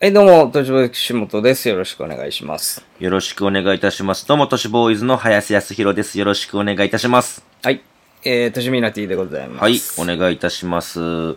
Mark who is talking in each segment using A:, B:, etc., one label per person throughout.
A: はい、どうも、としぼ岸本です。よろしくお願いします。
B: よろしくお願いいたします。どうも、都市ボーイズの林康弘です。よろしくお願いいたします。
A: はい、えー、としみなティでございます。
B: はい、お願いいたします。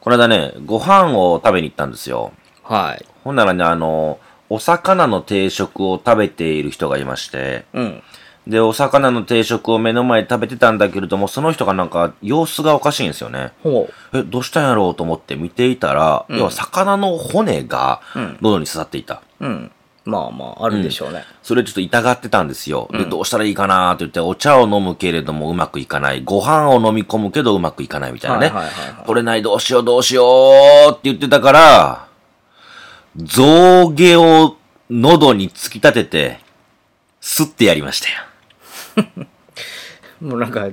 B: この間ね、ご飯を食べに行ったんですよ。
A: はい。
B: ほんならね、あの、お魚の定食を食べている人がいまして、
A: うん。
B: で、お魚の定食を目の前で食べてたんだけれども、その人がなんか様子がおかしいんですよね。
A: ほう。
B: え、どうしたんやろうと思って見ていたら、要は魚の骨が喉に刺さっていた。
A: うん。まあまあ、あるでしょうね。
B: それちょっと痛がってたんですよ。で、どうしたらいいかなと言って、お茶を飲むけれどもうまくいかない。ご飯を飲み込むけどうまくいかないみたいなね。
A: はいはいはいはい
B: 取れない、どうしよう、どうしようって言ってたから、象牙を喉に突き立てて、吸ってやりましたよ。
A: もうなんか、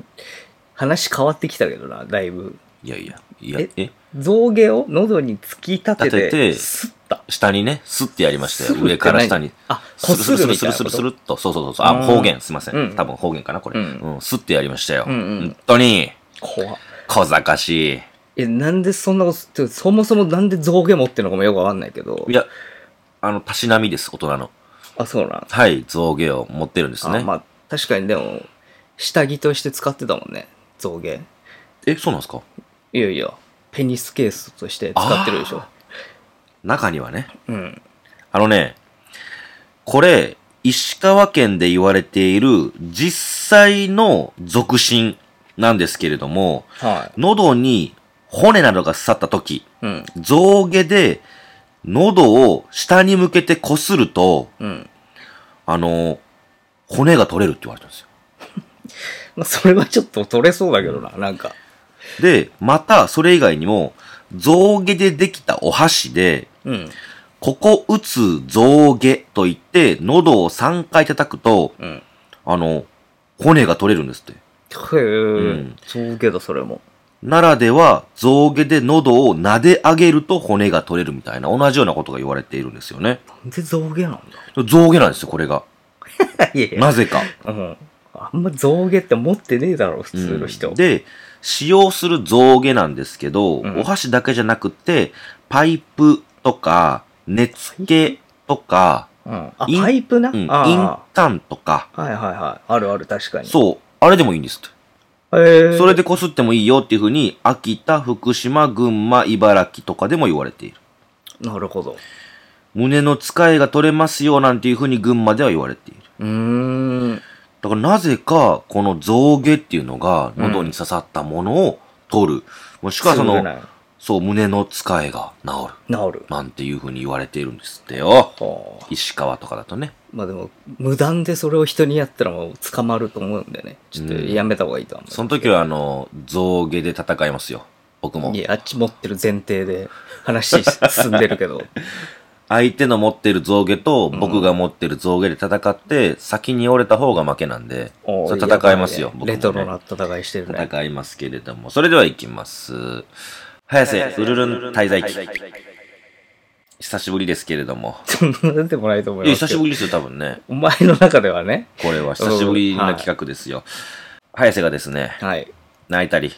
A: 話変わってきたけどな、だいぶ。
B: いやいや、いや
A: え、
B: え
A: 象牙を喉に突き立てて、
B: 立てて
A: すった。
B: 下にね、吸ってやりました
A: する
B: よ。上から下に
A: って。何あこするみたいな
B: する
A: こと
B: するするするするっと。そうそうそうそう。あ、
A: うん
B: 方言、すいません。
A: うん
B: 多分方言かな、これ。
A: う
B: うんん、吸ってやりましたよ。
A: うんうん
B: 本当に、
A: 怖っ
B: 小賢しい。
A: え、なんでそんなことてか、そもそもなんで象牙持ってるのかもよくわかんないけど。
B: いや、あの、たしなみです、大人の。
A: あ、そうなん。
B: はい、象牙を持ってるんです
A: あ
B: ね。
A: まあ、確かにでも、下着として使ってたもんね、象牙。
B: え、そうなんですか
A: いやいや、ペニスケースとして使ってるでしょ。
B: 中にはね。
A: うん。
B: あのね、これ、石川県で言われている実際の俗信なんですけれども、
A: は
B: 喉に骨などが刺さった時、
A: い。うん。
B: 象牙で喉を下に向けて擦ると、
A: うん。
B: あの、骨が取れるって言われたんですよ。
A: まあ、それはちょっと取れそうだけどな、なんか。
B: で、また、それ以外にも、象牙でできたお箸で、
A: うん。
B: ここ打つ象牙と言って、喉を3回叩くと、
A: うん。へ
B: あの、骨が取れるんですって。
A: え
B: ん、
A: 象牙だ、それも。
B: 奈良では象牙で喉を撫で上げると骨が取れるみたいな、同じようなことが言われているんですよね。
A: なんで象牙なん
B: 象牙なんですよ、これが。
A: だ いやいや。
B: なぜか。
A: うん。あんま象牙って持ってねえだろ、普
B: うん
A: 通の人。
B: で、使用する象牙なんですけど、
A: うん
B: お箸だけじゃなくて、パイプとか、根付けとか、
A: うん。あ、
B: イン
A: パイプな、
B: うん、イン
A: あ
B: タンとか、
A: あ。はいはいはい。あるある、確かに。
B: そう、あれでもいいんですって。
A: う。へえ。
B: それでこすってもいいよっていうふうに、秋田、福島、群馬、茨城とかでも言われている。
A: なるほど。
B: 胸の使いが取れますよなんていうふうに群馬では言われている。
A: うーん。
B: だからなぜか、この象牙っていうのが喉に刺さったものを取る。もしくはそ
A: すぐ
B: の、
A: ない
B: そう、胸の使いが治
A: 治る
B: る。。なんていうふうに言われているんですってよ。
A: はあ。
B: 石川とかだとね。
A: まあでも、無断でそれを人にやったらもう捕まると思うんでね。ちょっとやめた方がいいとは思
B: その時はあの、象牙で戦いますよ。僕
A: う。
B: も
A: い。や、あっち持ってる前提で話進んでるけど。
B: 相手の持ってる象牙と僕が持ってる象牙で戦って、先に折れた方が負けなんで、
A: お
B: そ
A: ー
B: れ戦いますよ
A: や。ば
B: 僕も
A: ね
B: ね
A: レトロな戦いしてるね。
B: 戦いますけれども、それではいきます。早瀬うるるん滞在期。久しぶりですけれども。
A: そんな出てもないと思
B: い
A: い
B: や、
A: ます
B: 久
A: け
B: し
A: ど。
B: ぶりですよ、多分ね。
A: お前の中ではね。
B: これは久しぶりな企画ですよ。早瀬がですね、
A: はい。
B: 泣いたり、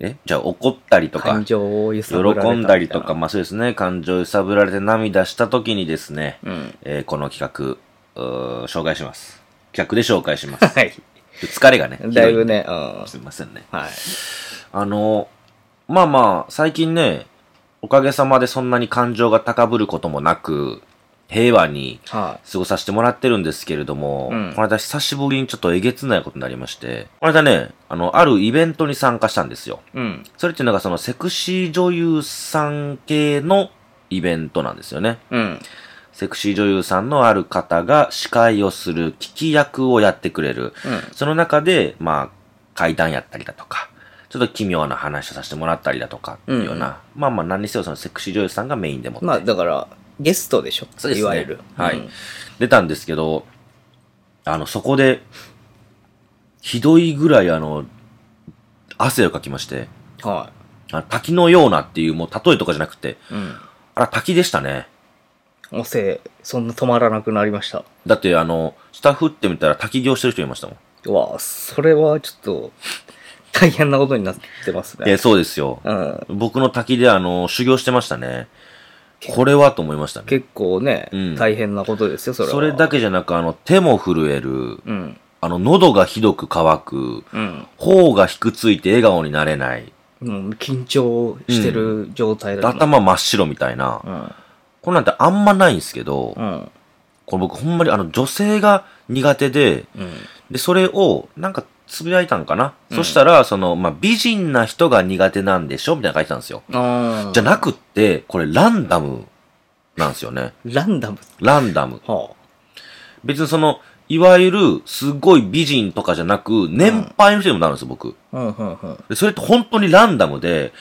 B: えじゃあ怒ったりとか
A: 感、情を揺さ
B: 喜
A: ぶられたみ
B: ん
A: た
B: だ
A: いな
B: りとか、。まあそうですね、感情揺さぶられて涙した時にですね、
A: うん。
B: えーこの企画、うー紹介します。企画で紹介し ます。
A: はい。
B: 疲れがね、
A: だいぶ
B: ひ
A: ね、うん
B: どい。すいませんね。
A: はい。
B: あの、まあまあ、最近ね、おかげさまでそんなに感情が高ぶることもなく、平和に
A: は
B: 過ごさせてもらってるんですけれども、
A: うん
B: この間久しぶりにちょっとえげつないことになりまして、この間ね、あの、あるイベントに参加したんですよ。
A: い。うん。
B: それっていうのがそのセクシー女優さん系のイベントなんですよね。
A: うん。
B: セクシー女優さんのある方が司会をする聞き役をやってくれる。
A: う
B: その中で、まあ、階段やったりだとか、ちょっと奇妙な話をさせてもらったりだとかっていうような、まあまあ何にせよそのセクシー女優さんがメインでもって、
A: ん。まあ、だから、ゲストでしょ。
B: そうですね
A: いわゆる。
B: はい
A: うん
B: 出たんですけど、あの、そこで、ひどいぐらいあの、汗をかきまして、
A: は
B: あの滝のようなっていう、もう例えとかじゃなくて、
A: い。うん。
B: あら、滝でしたね。
A: おせそんな止まらなくなりました。
B: だってあの、スタッフってみたら滝行してる人いましたもん。
A: うわあそれはちょっと、大変なことになってます
B: え
A: ね。
B: そうですよ。
A: うん。
B: 僕の滝であの、修行してましたね。これはと思いましたね。
A: 結構ね、
B: うん
A: 大変なことですよ、それは。
B: それだけじゃなく、あの、手も震える、
A: うん。
B: あの、喉がひどく乾く、
A: うん。
B: 頬がひくついて笑顔になれない、
A: もう緊張してる状態だと思
B: 頭真っ白みたいな、
A: う
B: これなんてあんまないんですけど、
A: うん。うん。
B: これ僕ほんまにあの、女性が苦手で、
A: うん。
B: で、それを、なんか、つぶやいたんかな、
A: うん
B: そしたら、その、まあ、美人な人が苦手なんでしょみたいなの書いてたんですよ。
A: あー
B: じゃなくって、これランダムなんですよね。
A: ランダム。
B: ランダム。
A: は
B: 別にその、いわゆる、すごい美人とかじゃなく、年配の人にもなるんですよ、僕。
A: あ。うん、うん、うん。
B: でそれって本当にランダムで、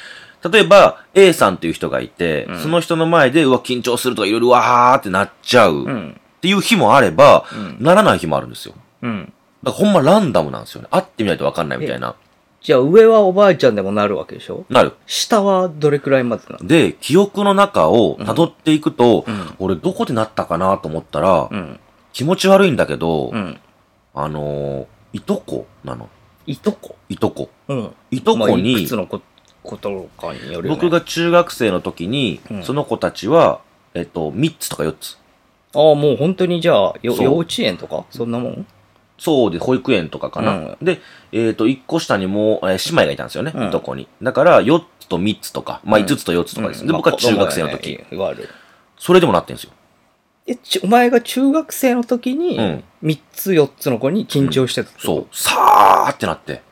B: 例えば、A さんっていう人がいて、
A: うん
B: その人の前で、うわ、緊張するとか、いろいろ、うわーってなっちゃう、
A: う
B: っ
A: ん。
B: ていう日もあれば、
A: うん
B: ならない日もあるんですよ。
A: うん。
B: だからほんまランダムなんですよね。会ってみないとわかんないみたいな。
A: じゃあ上はおばあちゃんでもなるわけでしょ
B: なる。
A: 下はどれくらいまでなの
B: で、記憶の中を辿っていくと、
A: うん
B: 俺どこでなったかなと思ったら、
A: ん。
B: 気持ち悪いんだけど、
A: うん。
B: あのーいとこなの。
A: いとこ
B: いとこ。
A: うん。
B: いと
A: まあ
B: こ
A: いく
B: に
A: つ、のこことかによるよ、ね。
B: 僕。が中学生の時に、
A: うん
B: その子たちは、えっと、3つとか4つ。
A: ああ、もう本当にじゃあ、よ
B: そう
A: 幼稚園とかそんなもん
B: そうで、保育園とかかな。で、えっ、と、1個下にもう、えー姉妹がいたんですよね、
A: うん
B: いとこに。だから、4つと3つとか、まあ
A: うん
B: 5つと4つとかです。
A: うん
B: で、僕は
A: まあ子供
B: 中
A: だよ
B: 学生の
A: ね
B: 時。
A: いわゆる。
B: それでもなってんですよ。
A: え、ち、お前が中学生の時
B: う
A: に
B: ん、
A: 3つ4つの子に緊張してたってこと、
B: そう。さーってなって。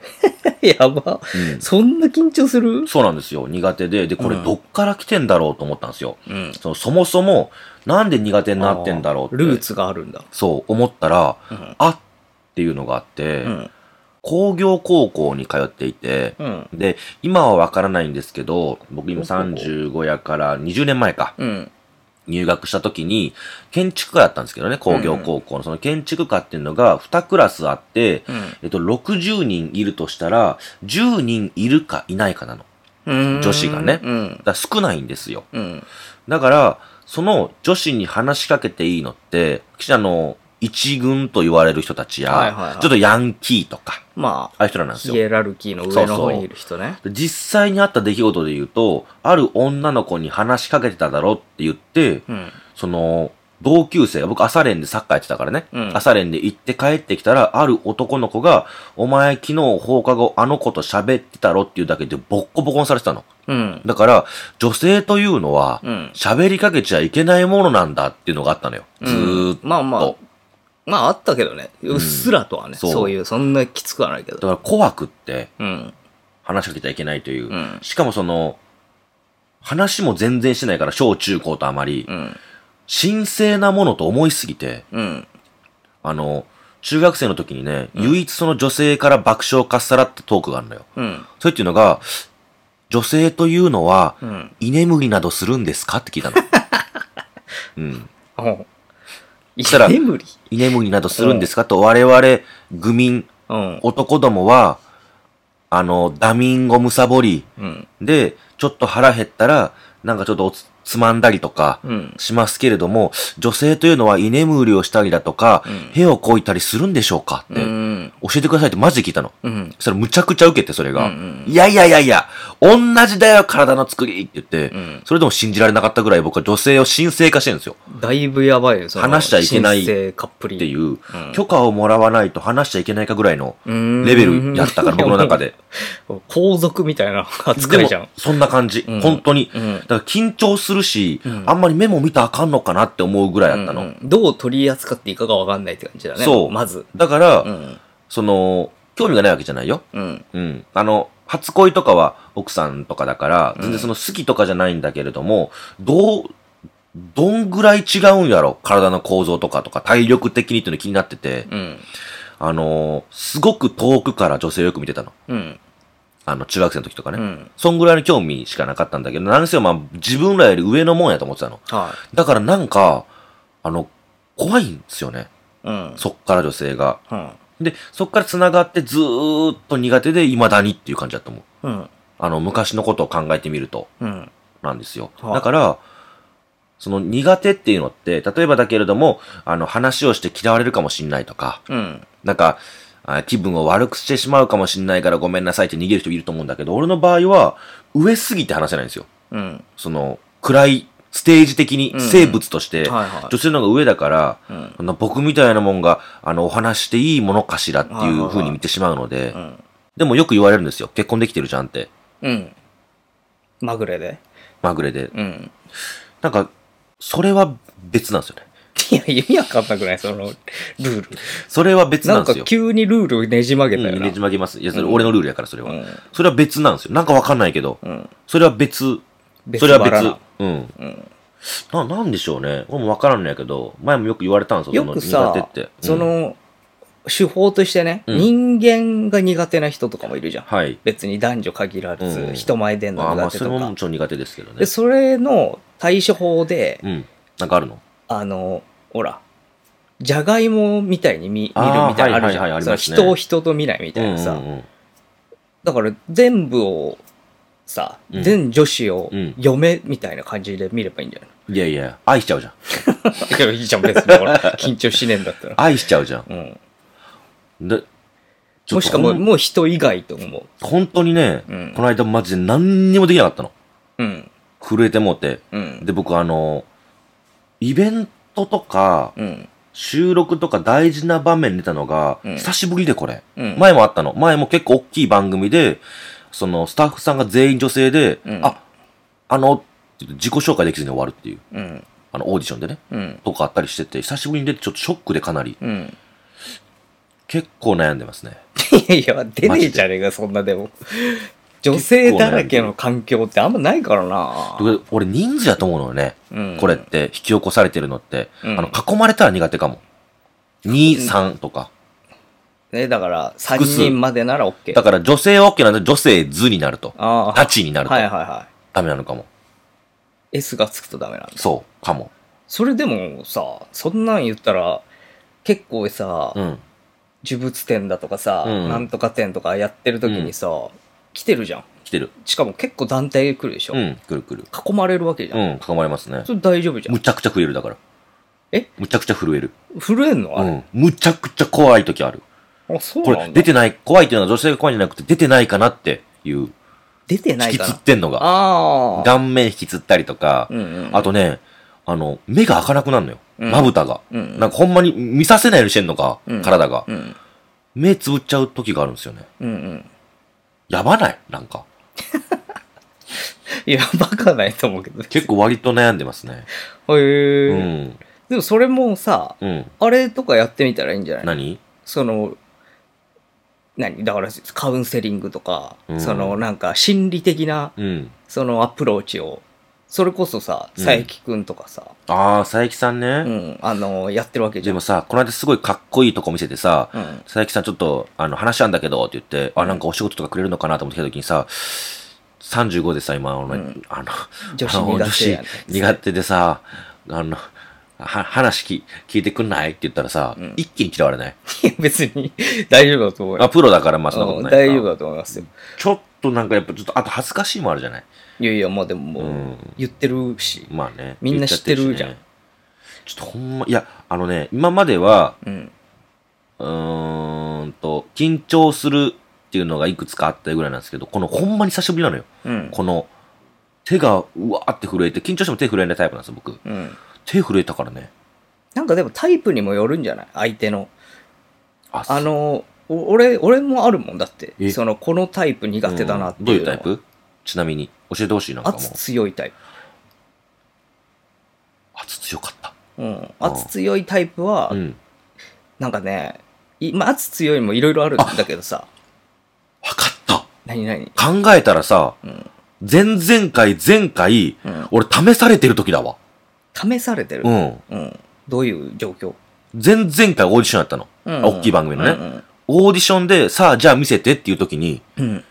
A: やば。
B: うん
A: そんな緊張する
B: そうなんですよ。苦手で。で、これ
A: うん
B: どっから来てんだろうと思ったんですよ。
A: うん。
B: そのそもそも、なんで苦手になってんだろうって。
A: ルー。ツがあるんだ。
B: そう、思ったら、
A: うん。
B: あっていうのがあって、
A: うん。
B: 工業高校に通っていて、
A: うん。
B: で、今はわからないんですけど、僕今35やから20年前か、
A: うん。
B: 入学した時に、建築科だったんですけどね、工業高校の、その建築科っていうのが2クラスあって、えっと、60人いるとしたら、10人いるかいないかなの。
A: うん。
B: 女子がね
A: うん。
B: だから少ないんですよ。
A: うん。
B: だから、その女子に話しかけていいのって、あの、一軍と言われる人たちや、
A: はいはいはい
B: ちょっとヤンキーとか、
A: ま
B: ああいう人ら
A: あ、
B: なんです
A: ヒ
B: よ。
A: エラルキーの上の方にいる人ね。
B: で実際にあった出来事で言うと、ある女の子に話しかけてただろって言って、
A: うん。
B: その、同級生が、僕朝練でサッカーやってたからね、
A: うん
B: 朝練で行って帰ってきたら、ある男の子が、お前昨日放課後あの子と喋ってたろっていうだけでボッコボコにされてたの。
A: うん。
B: だから、女性というのは、
A: うん。
B: 喋りかけちゃいけないものなんだっていうのがあったのよ。ずーっと。
A: うんまあまあ、まああったけどね。うっすらとはね、
B: そう
A: そういう、そんなきつくはないけ
B: だか
A: ど。
B: ら怖くって
A: うん。
B: 話しかけちゃいけないという。
A: うん
B: しかもその、話も全然してないから、小中高とあまり、
A: うん。
B: 神聖なものと思いすぎて、
A: うん。
B: あの、中学生の時にね、唯一その女性から爆笑かっさらったトークがあるのよ。
A: うん。
B: それっていうのが、女性というのは、
A: うん。
B: 居眠りなどするんですかって聞 いたの。うん。
A: うん。い
B: したら
A: 眠り。
B: 居眠りなどするんですかと、我々、愚民、
A: うん。
B: 男どもは、あの、ダミンゴむさぼり
A: うん。
B: で、ちょっと腹減ったら、なんかちょっとおつつまんだりとか、
A: うん。
B: しますけれども、女性というのは居眠りをしたりだとか、
A: うん
B: 屁をこいたりするんでしょうかって、
A: うん。
B: 教えてくださいってマジで聞いたの。
A: うん。
B: それむちゃくちゃ受けて、それが。
A: うんうん
B: いやいやいやいや、同じだよ、体の作りって言って、
A: うん
B: それでも信じられなかったぐらい僕は女性を神聖化してるんですよ。
A: だいぶやばいよ、その。
B: 話しちゃいけない
A: 神聖カップリ。
B: っていうう、許可をもらわないと話しちゃいけないかぐらいの
A: うん
B: レベル やったから、僕の中で。
A: 皇族みたいな
B: で
A: 扱い
B: も
A: じゃん。
B: そんな感じ。
A: ん
B: 本当に。
A: うん
B: だから緊張するし、
A: ん
B: あんまり目も見たらあかんのかなって思うぐらいだったの。
A: うんうんどう取り扱っていいかがわかんないって感じだね。
B: そう
A: まず。
B: だから、
A: うん。
B: その、興味がないわけじゃないよ。
A: うん。
B: うん。あの、初恋とかは奥さんとかだから、全然その好きとかじゃないんだけれども、どう、どんぐらい違うんやろ体の構造とかとか、体力的にっていうの気になってて、
A: うん。
B: あのーすごく遠くから女性をよく見てたの。
A: うん。
B: あの、中学生の時とかね。
A: うん。
B: そんぐらいの興味しかなかったんだけど、なんせまあ自分らより上のもんやと思ってたの。
A: は
B: だからなんか、あの、怖いんですよね。
A: い。うん。
B: そっから女性が。
A: うん。
B: で、そっから繋がってずーっと苦手で未だにっていう感じだと思う。
A: うん。
B: あの、昔のことを考えてみると、
A: うん。
B: なんですよ。
A: はい
B: だから、その苦手っていうのって、例えばだけれども、あの、話をして嫌われるかもしんないとか、
A: うん。
B: なんか、あ気分を悪くしてしまうかもしんないからごめんなさいって逃げる人いると思うんだけど、俺の場合は、上すぎて話せないんですよ。
A: うん。
B: その、暗いステージ的に
A: うん
B: 生物として、
A: はいはい
B: 女性の方が上だから、
A: うん
B: そんな僕みたいなもんが、あの、お話していいものかしらって
A: はいはい
B: い
A: は
B: う
A: い
B: 風に見てしまうので
A: う、ん
B: でもよく言われるんですよ。結婚できてるじゃんって、
A: うんまぐれで
B: まぐれで。
A: うん
B: なんか、それは別なんですよね。
A: いや意味わかんなくないそのルール
B: それは別な
A: なんん
B: で
A: か
B: すよ。
A: 急にルールをねじ曲げたよ
B: うん
A: な、
B: ねじ曲げます。いや、それ俺のルールやから、それは。
A: うん
B: それは別なんですよ。なんかわかんないけど、
A: うん
B: それは別。
A: 別
B: それは別
A: 腹な。
B: うん。
A: うん
B: な、なんでしょうね。俺もわからんのやけど、前もよく言われたんですよ、
A: よくさ
B: その苦手って。
A: そ
B: うん、
A: の手法としてね、
B: うん
A: 人間が苦手な人とかもいるじゃん
B: はい。
A: 別に男女限らず、
B: うん
A: 人前でん
B: ま
A: の
B: あまあ、
A: 苦手
B: そ
A: と
B: れ
A: か、
B: ももちろん苦手ですけどね
A: で。それの対処法で、
B: うん。なんかあるの
A: あのほらじゃがいもみたいに見見るみたいなのあるじゃん、
B: あーはいはいはいあり
A: そ
B: ま
A: の
B: すね
A: 人を人と見ないみたいなさ、
B: うんうんうん
A: だから全部をさ、
B: うん
A: 全女子を
B: うん
A: 嫁みたいな感じで見ればいいんじゃない、
B: いやいや、愛しちゃうじゃん。
A: いやいいじゃん別に俺緊張しねえんだったら、
B: 愛しちゃうじゃん。
A: うん、
B: で、ちょ
A: も
B: っ
A: し
B: と
A: かも
B: ほ
A: うんもう人以外と思う
B: 本当にね、
A: うん
B: この間マジで何にもできなかったの。
A: うん
B: 震えてもうて。
A: うん
B: で、僕あの、イベントとか、
A: うん
B: 収録とか大事な場面出たのが、
A: うん
B: 久しぶりでこれ。
A: うん
B: 前もあったの。前も結構大きい番組で、そのスタッフさんが全員女性で、
A: うん
B: あ、あの、って言って自己紹介できずに終わるっていう、
A: うん
B: あの、オーディションでね、
A: うん
B: とかあったりしてて、久しぶりに出てちょっとショックでかなり、
A: うん
B: 結構悩んでますね。
A: いやいや、出ねえじゃねえか、そんなでも。女性だらけの環境ってあんまないからな。
B: で俺人数やと思うのよね。
A: うん
B: これっ。て、引き起こされてるのって、
A: うん
B: あの、囲まれたら苦手かも。2、3とか。
A: ね、だから、3
B: 複数
A: 人までなら OK。
B: だから女性は OK なんで女性図になると。
A: ああ。
B: 立ちになると
A: はいはいは
B: ダメなのかも。
A: い。S がつくとダメなんだ。
B: そう、かも。
A: それでもさ、そんなん言ったら、結構さ、
B: うん。
A: 呪物展だとかさ、
B: うん
A: なんとか展とかやってる時にさ、来てるじゃん。
B: 来てる。
A: しかも結構団体で来るでしょ。
B: うん、くるくる。
A: 囲まれるわけじゃ。
B: うんん、囲まれますね。
A: それ大丈夫じゃ
B: む
A: ん。
B: ちゃくちゃ震えるだから。
A: え
B: むちゃくちゃ震える。
A: 震えんの
B: う
A: あれ。
B: ん。むちゃくちゃ怖い時ある。
A: あ、そう
B: こ
A: な
B: れ、
A: んだ。
B: 出てない、怖いっていうのは女性が怖いんじゃなくて、出てないかなっていう、
A: 出てない
B: 引き
A: か
B: つ
A: な
B: っ。てんのが。
A: ああ。
B: 顔面引きつったりとか、
A: うんうん。
B: あとね、あの、目が開かなくなるのよ。
A: うん
B: まぶたが。
A: うん
B: なんかほんまに見させないようにしてんのか、
A: うん
B: 体が。
A: うん。
B: 目つぶっちゃう時があるんですよね。
A: うんうん。
B: やばないなんか。
A: いや、バカないと思うけど。
B: 結構割と悩んでますね。
A: へ
B: う
A: え、
B: ん。
A: でもそれもさ、
B: うん。
A: あれとかやってみたらいいんじゃない
B: 何
A: その、何だからカウンセリングとか、
B: うん
A: そのなんか心理的な
B: うん。
A: そのアプローチを、それこそさ、
B: うん
A: 佐伯くんとかさ、
B: あー、佐伯さんね。
A: うん、あの、やってるわけじ
B: で
A: ゃん。
B: もさ、この間すごいかっこいいとこ見せてさ、
A: うん。
B: 佐伯さんちょっと、あの、話あんだけどって言って、あ、なんかお仕事とかくれるのかなと思ってきた時にさ、35でさ、今、俺
A: ん
B: あの、
A: 女子
B: あの
A: 苦手やね
B: 女子苦手でさ、あの、は話き聞いてくんないって言ったらさ、
A: うん
B: 一気に嫌われない。
A: いや別に大丈夫だと思うよ。
B: あ、プロだから、まあ、そんなこと
A: うん
B: ないか
A: 大丈夫だと思いますよ。
B: ちょっとなんかやっぱちょっと、あと恥ずかしいもあるじゃない
A: いやいや、まあでももう、
B: うん
A: 言ってるし。
B: まあね。
A: みんな知ってるじゃん
B: 言っちゃってるしねちょっとほんま、いや、あのね、今までは、
A: うん。
B: うーんと、緊張するっていうのがいくつかあったぐらいなんですけど、このほんまに久しぶりなのよ。
A: うん。
B: この、手がうわーって震えて、緊張しても手震えないタイプなんですよ、僕。
A: うん。
B: 手震えたからね。
A: なんかでもタイプにもよるんじゃない相手の。
B: あ
A: あ、の、お俺、俺もあるもんだって
B: え。
A: その、このタイプ苦手だなって
B: うんどう
A: い
B: いうう
A: の
B: タ
A: は。
B: イプちなみに、教えてほしいなんかもう。
A: 圧強いタイ
B: 圧強かった。
A: プ。うん。
B: あ
A: 圧強いタイプは、
B: うん。
A: なんかね、いまあ、圧強いもいろいろあるんだけどさ。
B: わかった。
A: 何何
B: 考えたらさ、
A: うん。
B: 前々回、前回、
A: うん。
B: 俺試されてる時だわ。
A: 試されてる
B: う。ん。
A: うん。どういう状況
B: 前々回オーディションやったの。
A: うん。
B: 大きい番組のね
A: ね。
B: オーディションで、さあ、じゃあ見せてっていう時に、
A: うん。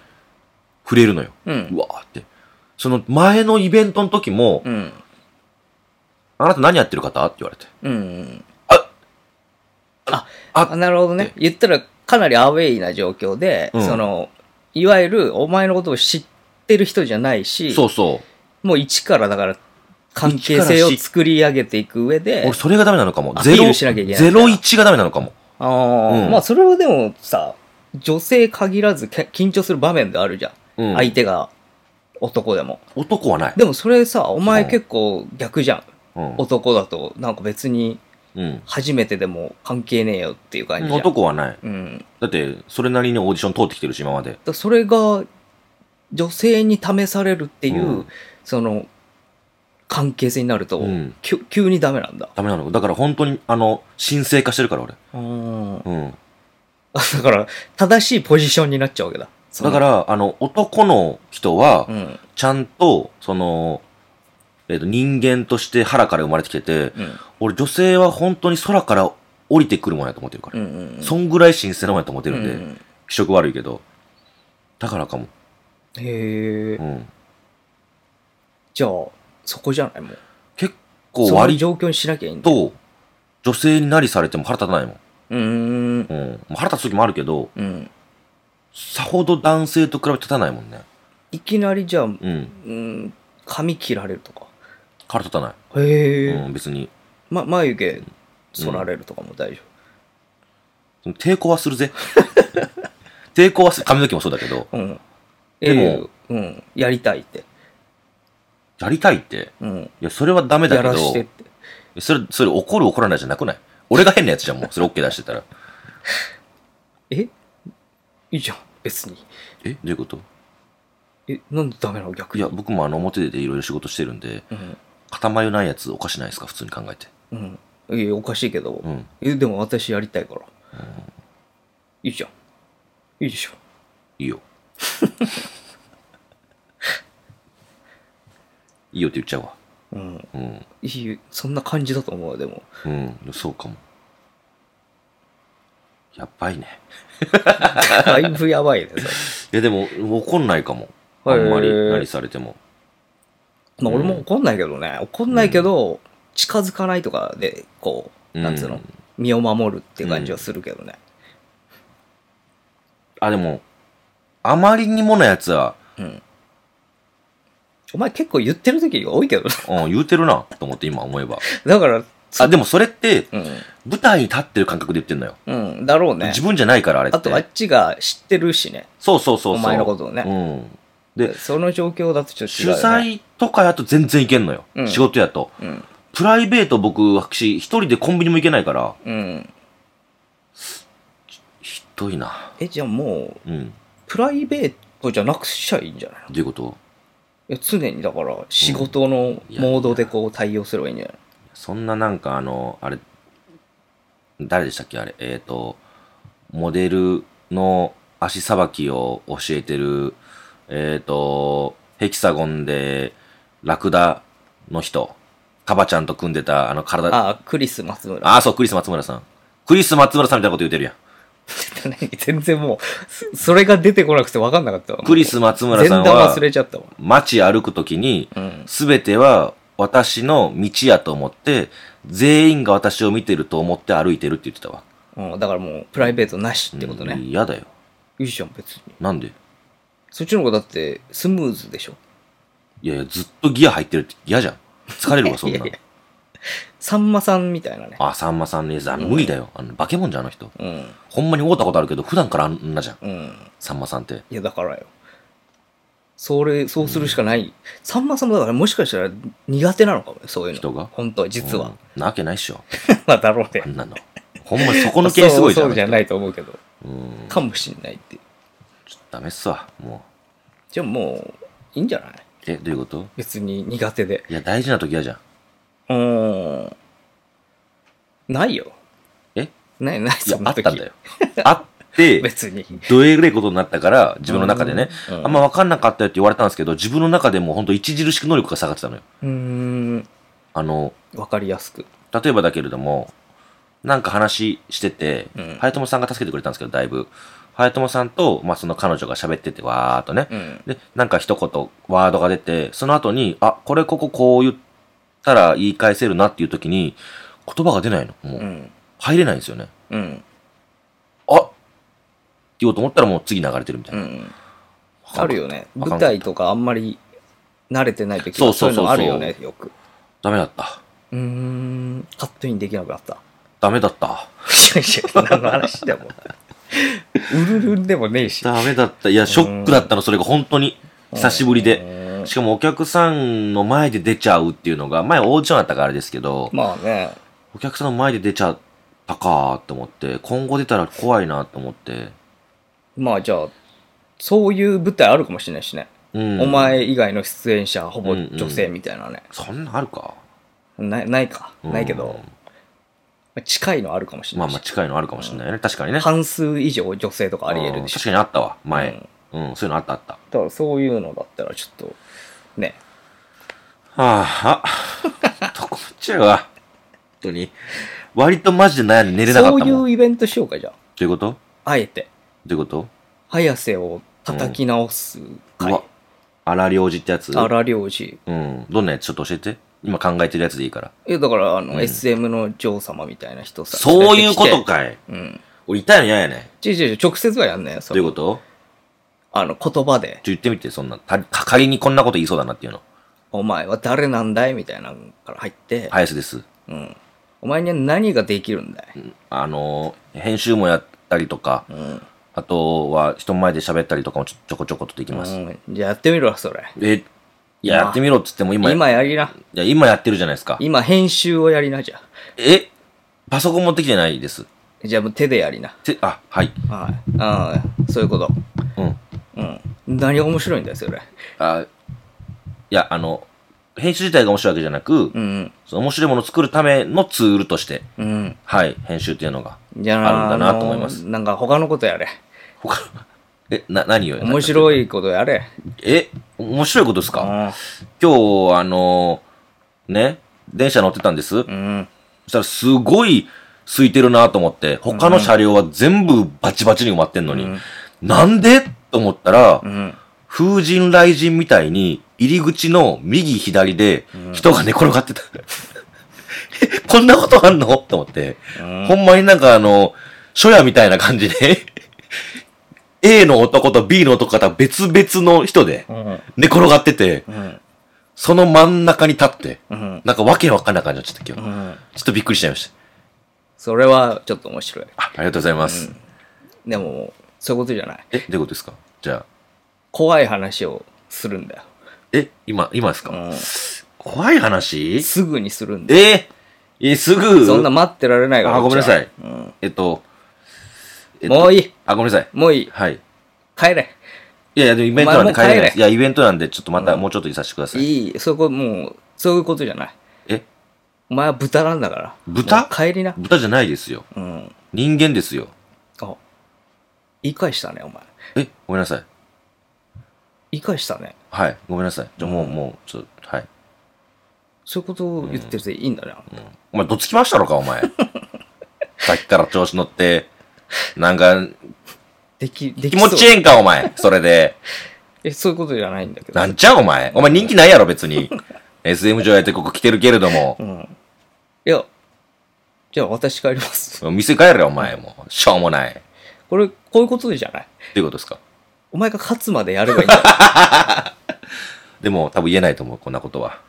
B: 触れるのよ。
A: う。
B: うんわーって。その前のイベントの時も、
A: うん。
B: あなた何やってる方って言われて。
A: うん。あ、
B: あ、
A: なるほどね。言ったら、かなりアウェイな状況で、
B: うん
A: その、いわゆる、お前のことを知ってる人じゃないし、
B: そうそ
A: もう一からだから関係性を作り上げていく上
B: う。
A: で
B: 俺、、それがダメなのかも。
A: アピ
B: ゼ
A: ー
B: ロ、
A: ルしなきゃいけない
B: ゼロ一がダメなのかも。
A: あー
B: うん
A: まあそれはでもさ、女性限らずけ緊張する場面であるじゃん。
B: うん。
A: 相手が男でも。
B: 男はない。
A: でもそれさ、お前
B: うん
A: 結構逆じゃん。
B: うん。
A: 男だと、なんか別に
B: うん。
A: 初めてでも関係ねえよっていう感じじゃん。
B: 男はない。
A: うん。だか
B: だって、それなりにオーディション通ってきてるし、今まで。
A: らそれが、女性に試されるっていう、
B: うん
A: その、関係性になると、
B: うん
A: きゅ急にダメなんだ。
B: ダメなのだから本当に、あの、神聖化してるから、俺。
A: うん。
B: うん。
A: だから、正しいポジションになっちゃうわけだ。その
B: だか、ら、あの、男の人は
A: う、ん。
B: ちゃんと、その、えっと、人間として腹から生まれてきてて、
A: うん。
B: 俺女性は本当に空から降りてくるもんやと思ってるか
A: う
B: ら。
A: んうんうん。
B: そんぐらい神聖なもんやと思って
A: う
B: るんで、
A: ん
B: 気色悪いけど。だからかも。
A: へえ
B: う。ん。
A: じゃあ、そこじゃないもう。
B: 結構
A: その
B: 割
A: 状況にしなきゃいいんだ。
B: と、女性になりされても腹立たないもん。
A: うーん。
B: うん。まあ腹立つ時もあるけど、
A: うん。
B: さほど男性と比べて立たないもんね。
A: いきなりじゃあ、う
B: うん。
A: ん、髪切られるとか。
B: 腹立たない。
A: へえ、
B: うん、別に。
A: ま、眉毛剃られるとかも大丈
B: その抵抗はするぜ。 抵抗はする。髪の毛もそうだけど、
A: 夫。うん。
B: でも
A: ええうん。やりたいって。
B: やりたいって。
A: うん。
B: いや、それはダメだ
A: や
B: けど
A: ら、してって。
B: それ、それ怒る怒らないじゃなくない俺が変なやつじゃん、もう。それ OK 出してたら。
A: えいいじゃん。別に。
B: えどういうこと
A: え、なんでダメなの逆
B: い
A: に。
B: や、僕もあの、表でいろいろ仕事してるんで、
A: うん。
B: 固まりないやつおかしないですか普通に考えて。
A: うん。いや、おかしいけど。
B: うん。
A: え、でも私やりたいから。いいじゃん。いいでしょ。
B: いいよ。いいよって言っちゃうわ。
A: うん。
B: うん。
A: いい、そんな感じだと思うわでも。
B: うん。そうかも。やばいね。
A: だいぶやばいね、それ
B: いや、でも、怒んないかも。あんまり、
A: へー
B: 何されても。
A: まあ、
B: うん
A: 俺も怒んないけどね、怒んないけど、近づかないとかで、こう、なんつうの、
B: うん
A: 身を守るっていう感じはするけどね。
B: あ、でも、あまりにもなやつは、
A: うん。お前結構言ってる時が多いけど、
B: うん、言うてるな、と思って今思えば。
A: だから、
B: あ、でもそれって、
A: う
B: 舞台に立ってる感覚で言ってんのよ。
A: ん、うん、だろうね
B: 自。分じゃないから、あれって。
A: あと、あっちが知ってるしね、
B: そうそうそうそう。
A: お前のことをね
B: うん。で、
A: その状況だとちょっと違う、
B: 取
A: ね。
B: 材とかやと全然いけんのよ。
A: うん
B: 仕事やと。
A: うん、
B: プライベート僕、私、一人でコンビニも行けないから、
A: うん。
B: ひどいな。
A: え、じゃあもう、
B: うん。
A: プライベートじゃなくしちゃいいんじゃないの
B: どういうこと
A: いや常にだから、仕事のモードでこう対応すればいいんじゃない
B: そんななんかあの、あれ、誰でしたっけあれ。えっ、と、モデルの足さばきを教えてる、えっ、と、ヘキサゴンで、ラクダの人、カバちゃんと組んでた、あの体、
A: ああ、クリス・松村。
B: ああ、そう、クリス松村さん。クリス松村さんみたいなこと言ってるやん。
A: 全然もう、そそれが出てこなくて分かんなかったわ。
B: クリス松村
A: 全
B: さ
A: 然
B: ん
A: 忘
B: は、
A: れちゃったわ。
B: 街歩くときに、
A: うん。
B: すべては私の道やと思って、全員が私を見てると思って歩いてるって言ってたわ。
A: うん、だからもう、プライベートなしってこと
B: うん
A: ね。
B: 嫌だよ。
A: いいじゃん、別に。
B: なんで
A: そっちの方がだって、スムーズでしょ。
B: いやいや、ずっとギア入ってるって嫌じゃん。疲れるわ、そ ん
A: い
B: な
A: やい。やさんまさんみたいなね。
B: あ、さんまさんね、あの無理だよ。あの、化け物じゃん、あの人。
A: うん。
B: ほんまに会ったことあるけど、普段からあんなじゃん。
A: うん。
B: さんまさんって。
A: いや、だからよ。それ、そうするしかない。さんまさんもだから、もしかしたら苦手なのかもよ、そういうの。
B: 人が
A: 本当は、実は。
B: うんなわけないっしょ。
A: まあ、だろうね
B: あ。んなの。ほんまにそこの系すごいじゃ
A: そ
B: ん。
A: うそうじゃないと思うけど。
B: うん。
A: かもしんないって。
B: ダメっすわ、も。
A: じゃあもう、いいんじゃないう
B: え、どういうこと
A: 別に苦手で。
B: いや、大事な時嫌じゃん。
A: うーん。ないよ。
B: え
A: ないない、
B: い
A: そ、
B: や
A: ん
B: あ
A: な
B: った
A: 時
B: ん だよ。あって、
A: 別に。
B: どえぐれいことになったから、自分の中でね、
A: うん
B: あんま分かんなかったよって言われたんですけど、自分の中でもうほんと著しく能力が下がってたのよ。
A: うーん。
B: あの、
A: わかりやすく。
B: 例えばだけれども、なんか話してて
A: うん、
B: 早友さんが助けてくれたんですけど、だいぶ。早友さんと、まあ、その彼女が喋ってて、わーっとね。
A: うん。
B: で、なんか一言、ワードが出て、その後に、あ、これこここう言ったら言い返せるなっていう時に、言葉が出ないの。も
A: う
B: う、
A: ん。
B: 入れないんですよね。
A: うん。
B: あっ言おうと思ったらもう次流れてるみたいうな。
A: ん。あるよね。
B: わか
A: 舞
B: んなかった
A: 台とかあんまり慣れてない時
B: そ
A: は
B: う
A: そ
B: そうう
A: いう
B: そうそう
A: のあるよね、よく。
B: ダメだった。
A: うーん。カットインできなくなった。
B: ダメだった。
A: いやいや、何の話でも。うるるんでもねえし。
B: ダメだった。いや、ショックだったの、それが本当に。久しぶりで。
A: ううん
B: しかもお客さんの前で出ちゃうっていうのが、前オーディションだったからあれですけど、
A: まあね。
B: お客さんの前で出ちゃったかーって思って、今後出たら怖いなと思って。
A: まあじゃあ、そういう舞台あるかもしれないしね。
B: うん
A: お。前以外の出演者、ほぼ
B: うんうん
A: 女性みたいなね。
B: そんなんあるか。
A: ないないか。
B: うん
A: ないけど、まあ近いのあるかもしれな
B: まあ
A: いし。
B: まあ近いのあるかもしれないよね。確かにね。
A: 半数以上女性とかあり得るでし
B: うん確
A: ょ。
B: かにあったわ、
A: う
B: 前
A: ん。
B: うん、そういうのあったあった。
A: だからそういうのだったらちょっと、ね。
B: はあ、 あ、どこっちゃうわ。本当に。割とマジで悩んで寝れなか
A: そ
B: っ
A: う
B: た
A: い
B: もん。どう
A: うイベントしようか、じゃ
B: いうことど
A: あ。あえて。
B: ういうこと
A: 早瀬を叩き直す
B: う
A: 会。
B: わ。荒領事ってやつ
A: 荒良治。
B: うん。どんなやつちょっと教えて。今考えてるやつでいいから。
A: え、だから、あの、
B: うん
A: SM の女王様みたいな人さ。
B: そういうこ
A: 連れてきて。
B: とかい。
A: うん。
B: 俺痛いの嫌やねん。
A: 違う違う違う、直接はやんないよ。そ
B: ど
A: れ
B: ういうこと
A: あの、言葉で、
B: ちょ言ってみて、そんな。た仮にこんなこと言いそうだなっていうの。
A: お前は誰なんだいみたいなのから入って、
B: 林です。
A: うん。お前には何ができるんだい、
B: あのー、編集もやったりとか、
A: うん、
B: あとは人前で喋ったりとかもちょちょこちょことできます。
A: うんじゃあやってみろ、それ。
B: え、いや、
A: まあ
B: やってみろっつっても今、
A: 今やりな。
B: いや今やってるじゃないですか。
A: 今編集をやりな、じゃあ。
B: えパソコン持ってきてないです。
A: じゃあもう手でやりな。
B: て、あ、はい。
A: はい。ああ、そういうこと。
B: うん。
A: うん。何が面白いんだよ、それ。
B: あ、いや、あの、編集自体が面白いわけじゃなく、
A: うん。
B: その面白いものを作るためのツールとして、
A: うん。
B: はい、編集っていうのが。
A: じゃ
B: あるんだなと思います
A: あのなんか他のことやれ。
B: 他の、え、な、何をや
A: 面白
B: い。
A: いことやれ。
B: え、面白いことです
A: う
B: か
A: ん
B: 今日、あの、ね、電車乗ってたんです。
A: うん。
B: そしたらすごい空いてるなと思って、他の車両は全部バチバチに埋まってんのに、
A: うん
B: なんでと思ったら、
A: うん。
B: 風神雷神みたいに、入り口の右左で人が寝転がってた。 えこんなことあんのと思って、
A: うん
B: ほんまになんかあの、初夜みたいな感じで、A の男と B の男が別々の人で
A: うん。
B: 寝転がってて、
A: うん。
B: その真ん中に立って、
A: うん。
B: なんかわけわかんな感じになっちゃった今
A: う
B: 日。
A: ん。
B: ちょっとびっくりしちゃいました。
A: それはちょっと面白い。
B: あありがとうございます。
A: でも、そういうことじゃない。
B: え、どういうことですかじゃあ、
A: 怖い話をするんだよ。
B: え、今、今ですか、
A: う
B: 怖い話
A: ん、すぐにするんだよ。
B: ええ、すぐ
A: そんな待ってられないから。
B: あごめんなさい
A: こっちはうん
B: えっと、えっと
A: もういい。
B: あ、ごめんなさい。
A: もういい。
B: はい。
A: 帰れ。
B: いやいや、でもイベントなんで
A: お
B: 帰
A: 前
B: れ
A: もう帰
B: ない
A: れ
B: です。いや、イベントなんで、ちょっとまた、もうちょっといさせてください。
A: いい。そこもう、そういうことじゃない。
B: え
A: お前は豚なんだから。
B: 豚
A: もう帰りな。
B: 豚じゃないですよ。
A: うん。
B: 人間ですよ。
A: あ、言い返したね、お前。
B: え、ごめんなさい。
A: 言い返したね。
B: はい、ごめんなさい。じゃあもう、もう、ちょっと、はい。
A: そういうことを言ってていいんだね。
B: うんお前、どつきましたろか、お前。 さっきから調子乗って。なんか、
A: でき、で
B: 気
A: き
B: 持ちえ
A: い。
B: えんか、お前。それで。
A: え、そういうことじゃないんだけど。
B: なんちゃうお前。お前人気ないやろ、別に。SM 上やってここ来てるけれども
A: う。ん。いや、じゃあ私帰ります。
B: 店帰れ、お前。もう、しょうもない。
A: これ、こういうことじゃない
B: っていうことですか。
A: お前が勝つまでやればいいんだよ。
B: でも、多分言えないと思う、こんなことは。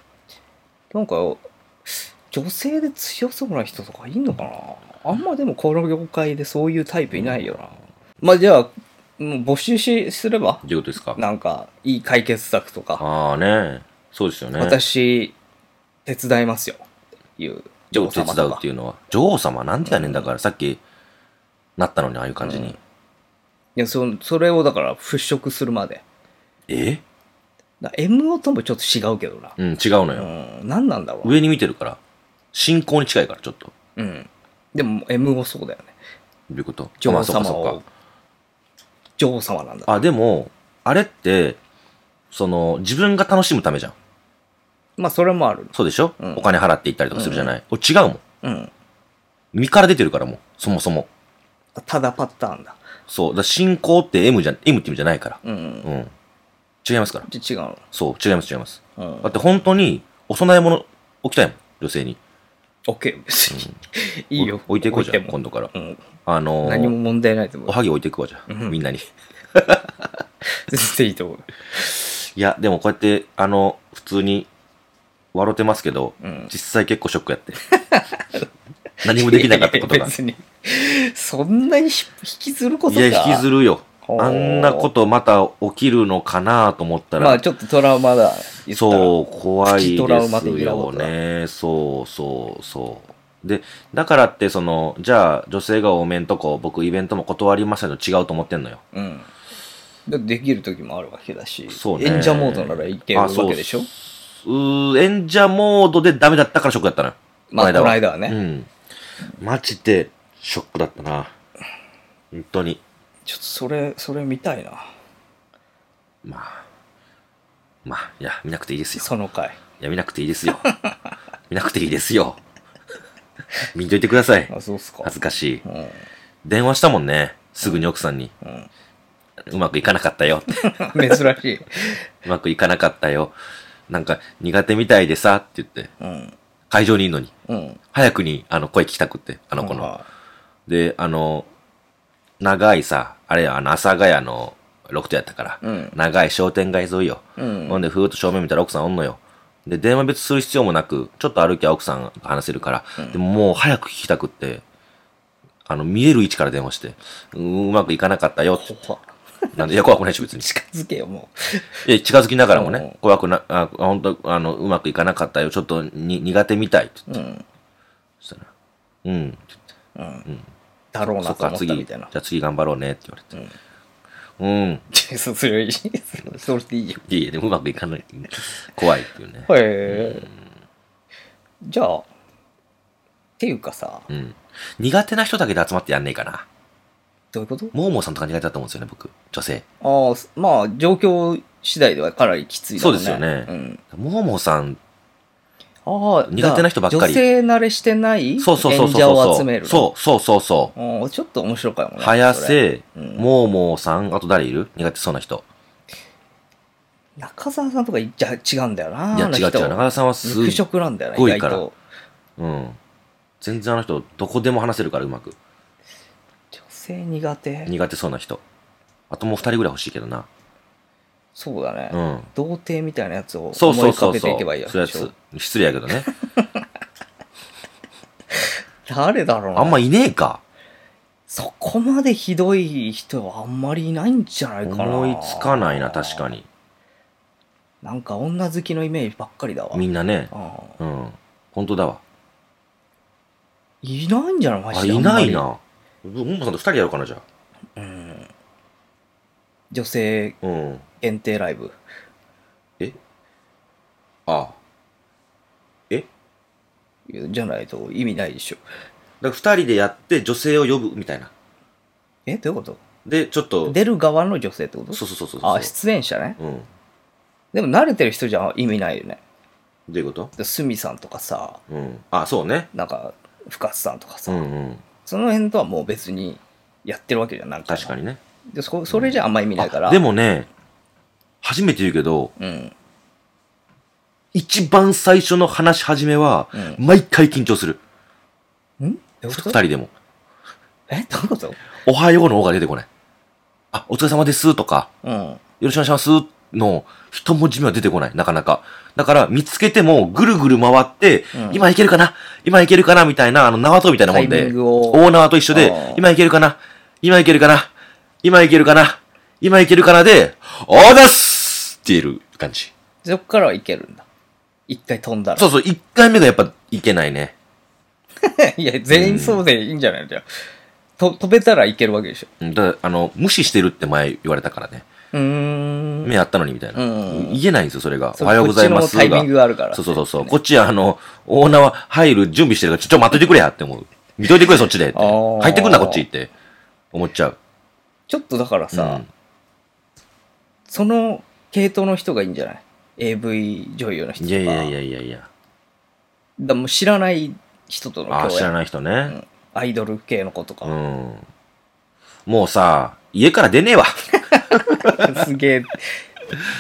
A: なんか、女性で強そうな人とかいんのかなあんまでもこの業界でそういうタイプいないよな。まあじゃあ、もう募集しすれば、
B: っていうことですか。
A: なんか、いい解決策とか、
B: ああね。そうですよね。
A: 私、手伝いますよ、っていう。
B: 女王手伝うって
A: いう。
B: いうのは。女王様なんでやねんだから、さっき、なったのに、ああいう感じに。
A: いや、そそれをだから払拭するまで。
B: え
A: だ MO ともちょっと違うけどな。
B: うん、違うのよ。
A: うん、何なんだろう。
B: 上に見てるから、信仰に近いから、ちょっと。ど
A: うん。でも MO そうだよね。
B: ういうこと
A: 女
B: ま
A: 王
B: あそっか
A: 様
B: そっか
A: を。。女王様なんだ。
B: あ、でも、あれって、その、自分が楽しむためじゃん。
A: まあ、それもある。
B: そうでしょ、
A: うん
B: お金払って行ったりとかするじゃない、お違うもん。
A: うん。
B: 身から出てるからもう、そもそも。
A: ただパターンだ。
B: そう。だから信仰って M じゃ、M って意味じゃないから。
A: うん。
B: うん。違いますから。
A: じゃあ違う
B: そう、違います、違います。
A: の。うん。
B: だって本当に、お供え物、置きたいもん。女性に。
A: オッケー、別に。 いいよ。
B: お置いていこうじゃん、
A: 置い
B: 今度から。
A: てもうん。
B: あのー
A: 何も問題ないと思
B: お
A: う。
B: はぎ置いていこうじゃん、
A: うん
B: みんなに。
A: 全然いいと思う。
B: いや、でもこうやって、あの、普通に、笑ってますけど、
A: うん
B: 実際結構ショック やって。何もできなかったこと
A: いやいや
B: が。
A: 別に。そんなにひ引きずること
B: い
A: か
B: や、引きず
A: る。
B: るよ。
A: ほう
B: あんなことまた起きるのかなと思ったら、
A: まあちょっとトラウマだ。言ったら
B: そう、怖い
A: プチトラウマ的
B: です
A: な
B: よ
A: ことだ
B: ね。そうそうそう。で、だからって、その、じゃあ、女性が多めんとこ、僕、イベントも断りましたけど、違うと思ってんのよ。
A: うん。だってできる時もあるわけだし、
B: そうね
A: 演者モードならいけるわけでしょ
B: あそううー演者モードでダメだったからショックだったのよ。
A: まあ、この
B: は
A: 間はね、
B: うん。マジで、ショックだったな。本当に。
A: ちょっとそれ、それ見たいな。
B: まあ。まあ、いや、見なくていいですよ。
A: その回。
B: いや、見なくていいですよ。見なくていいですよ。見んといてく ださい。
A: あ、そうっすか。
B: 恥ずかしい。
A: うん。
B: 電話したもんね。すぐに奥さんに。うまくいかなかったよって。
A: うん、 珍しい。
B: うまくいかなかったよ。なんか、苦手みたいでさ、って言って。
A: うん。
B: 会場にいるのに。
A: うん。
B: 早くに、あの、声聞きたくって。あの子の。
A: は
B: で、あの、長いさ、あれや、あの、阿佐ヶ谷のロフトやったから。
A: うん
B: 長い商店街沿いよ。
A: いうん。
B: ほんで、ふーっと正面見たら奥さんおんのよ。で、電話別にする必要もなく、ちょっと歩きは奥さんと話せるから、でももう早く聞きたくって、あの、見える位置から電話して、うーうまくいかなかったよって。
A: 怖
B: なんで、いや、怖くないでしょ、別に。
A: 近づけよ、も
B: いや、近づきながらも
A: うん
B: ね、怖くな、あ、本当あの、うまくいかなかったよ、ちょっとに苦手みたいって
A: う。うん。
B: 言ったら、うん、
A: だろう
B: そ
A: な
B: っ
A: と
B: か、
A: 思った
B: 次、
A: み
B: じ
A: たいな
B: ゃ。あ次頑張ろうねって言われて。うん、
A: そうそれいい。それでいいよ。
B: いやいや、でもうまくいかない。怖いっていうね。
A: へえ。じゃあ、っていうかさ、
B: うん。苦手な人だけで集まってやんねえかな。
A: どういうこと
B: モーモーさんとか苦手だと思うんですよね、僕。女性。
A: ああ、すまあ、状況次第ではかなりきついだろね。
B: そうですよ
A: ん。
B: モーモーさん、
A: ああ、
B: 苦手な人ばっか
A: 女
B: り
A: 性慣れしてない演
B: そうそうそうそう
A: 者
B: そう。
A: を集める。。
B: そうそうそうそう
A: ああちょっと面白いかもね。
B: う。早瀬、
A: それうん
B: モーモーさん、あと誰いる苦手そうな人。
A: 中澤さんとかいじゃ違うんだよな。
B: いや、違う違う。中
A: う。
B: 田さんはす
A: 肉食なんだよな、
B: すっご
A: 意
B: いか
A: 外
B: ら
A: と。
B: うん。全然あの人、どこでも話せるから、うまく。
A: 女性苦手。
B: 苦手そうな人。あともう二人ぐらい欲しいけどな。
A: そうだね。
B: うん。
A: 童貞みたいなやつを
B: そう
A: 思
B: そ
A: いう
B: そ
A: 浮か
B: う
A: べて
B: そ。
A: いうけばいいや
B: そういうやつ。失礼やけどね。
A: 誰だろうな。
B: あんまいねえか。
A: そこまでひどい人はあんまりいないんじゃないかな。
B: 思いつかないな、確か。に。
A: なんか女好きのイメージばっかりだわ。
B: みんなね。
A: ああ
B: うん。本当だわ。
A: いないんじゃないマ
B: あ、
A: ジで。
B: い
A: あんま
B: な
A: り
B: い。な。モーモーさんと二人やろうかな、じゃ
A: うん。女性
B: あ。うん。
A: 限定ライブ。
B: えああ。え
A: じゃないと意味ないでしょ。
B: だから2人でやって女性を呼ぶみたいな。
A: えどういうこ
B: で、ちょっ
A: と
B: と。
A: 出る側の女性ってこと
B: そうそうそうそうそう。
A: あ、出演者ね。
B: うん。
A: でも慣れてる人じゃ意味ないよね。
B: どういうこと
A: でスミさんとかさ、
B: うん。あ、そうね。
A: なんか、深津さんとか
B: う
A: さ、
B: んうん。
A: その辺とはもう別にやってるわけじゃんなん
B: 確かにね。
A: でそ。それじゃあんま意味ないから。
B: あで、もね、初めて言うけど、
A: うん。
B: 一番最初の話し始めは、
A: う
B: 毎回緊張する。
A: んどういう
B: 2
A: こと
B: 人でも。
A: えどういうこと
B: おはようの方が出てこない。あ、お疲れ様ですとか、
A: うん。
B: よろしくお願いしますの一文字目は出てこない、なかなか。だから、見つけてもぐるぐる回って、
A: うん
B: 今いけるかな今いけるかなみたいな、あの、縄跳びみたいなもん
A: タイミ
B: で
A: ン、グを
B: 大縄と一緒で
A: あー、
B: 今いけるかな今いけるかな今いけるかな今いけるかなで、おーだっすって言える感じ。
A: そっからはいけるんだ。一回飛んだら。
B: そうそう、一回目がやっぱいけないね。
A: いや、全員そうでいいんじゃないのじゃあと飛べたらいけるわけでしょ。
B: うんだあの、無視してるって前言われたからね。
A: うーん。
B: 目あったのにみたいな。
A: うん
B: 言えないんですよ、それが。
A: そ
B: お
A: れ
B: はようございます
A: こっちのタイミングがあるから。
B: そうそうそうそう。こっちあの、オーナーは入る準備してるから、ちょ、ちょ、待っといてくれやって思う。見といてくれ、そっちでって。
A: あー
B: 入ってくんな、こっちって。思っちゃう。
A: ちょっとだからさ、
B: うん
A: その系統の人がいいんじゃない ?AV 女優の人と
B: い
A: か。
B: やいやいやいやいや。
A: だもう知らない人との
B: あー
A: 共
B: 知ら
A: 演。
B: ない人ね。
A: アイドル系の子と
B: う
A: か。
B: ん。もうさ、家から出ねえわ。
A: すげえ、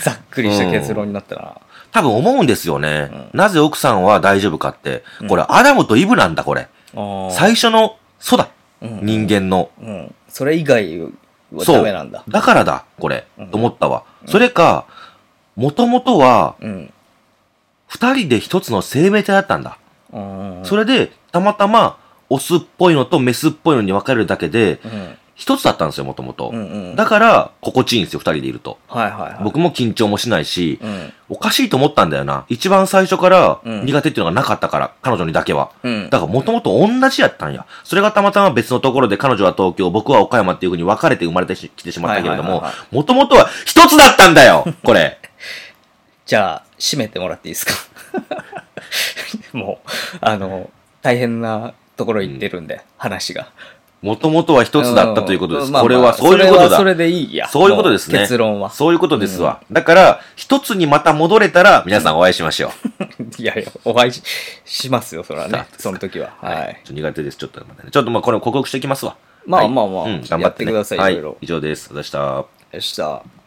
A: ざっくりした結論になったな。
B: 多分思うんですよね。なぜ奥さんは大丈夫かって。これ、アダムとイブなんだ、これ。
A: あー
B: 最初の、そうだ。
A: うん
B: 人間の。
A: うん。それ以外は
B: そう
A: ダメなんだ。
B: だからだ、これ。と思ったわ。それか、もともとは、
A: うん。
B: 二人で一つの生命体だったんだ。
A: うん。
B: それで、たまたま、オスっぽいのとメスっぽいのに分かれるだけで、
A: うん。
B: 一つだったんですよ、もともと
A: う。んうん。
B: だから、心地いいんですよ、二人でいると。
A: はいはいはい。
B: 僕も緊張もしないし
A: う、ん。
B: おかしいと思ったんだよな。一番最初から
A: うん
B: 苦手っていうのがなかったから、彼女にだけは。
A: うん。
B: だからもともと同じやったんや。それがたまたま別のところで彼女は東京、僕は岡山っていう風に分かれて生まれてしきてしまったけれど
A: はい
B: も
A: はいはいは、
B: もともとは一つだったんだよこれ。
A: じゃあ、締めてもらっていいですか もう、あの、大変なところ行ってるんで、話が。
B: もともとは一つだったということで
A: ん
B: す。
A: まあまあ
B: これはそうい
A: そ
B: うこと
A: れはそ
B: だ。
A: れでいいや。
B: そういうことですね
A: もう結論は。
B: そういうことですわ。だから、一つにまた戻れたら、皆さんお会いしましょ
A: いやいや、お会いししますよ、それは
B: あ
A: ね
B: そう。
A: その時は。
B: う。
A: はい。
B: ちょっと苦手です。ちょっと待ってね。ちょっとまあこれを克服していきますわ。
A: まあ
B: はい
A: まあまあ
B: うん頑張
A: や
B: っ
A: ってて
B: ね
A: ください
B: はい
A: いろいろ
B: 以上です。ありがとうございました。
A: よっしゃ。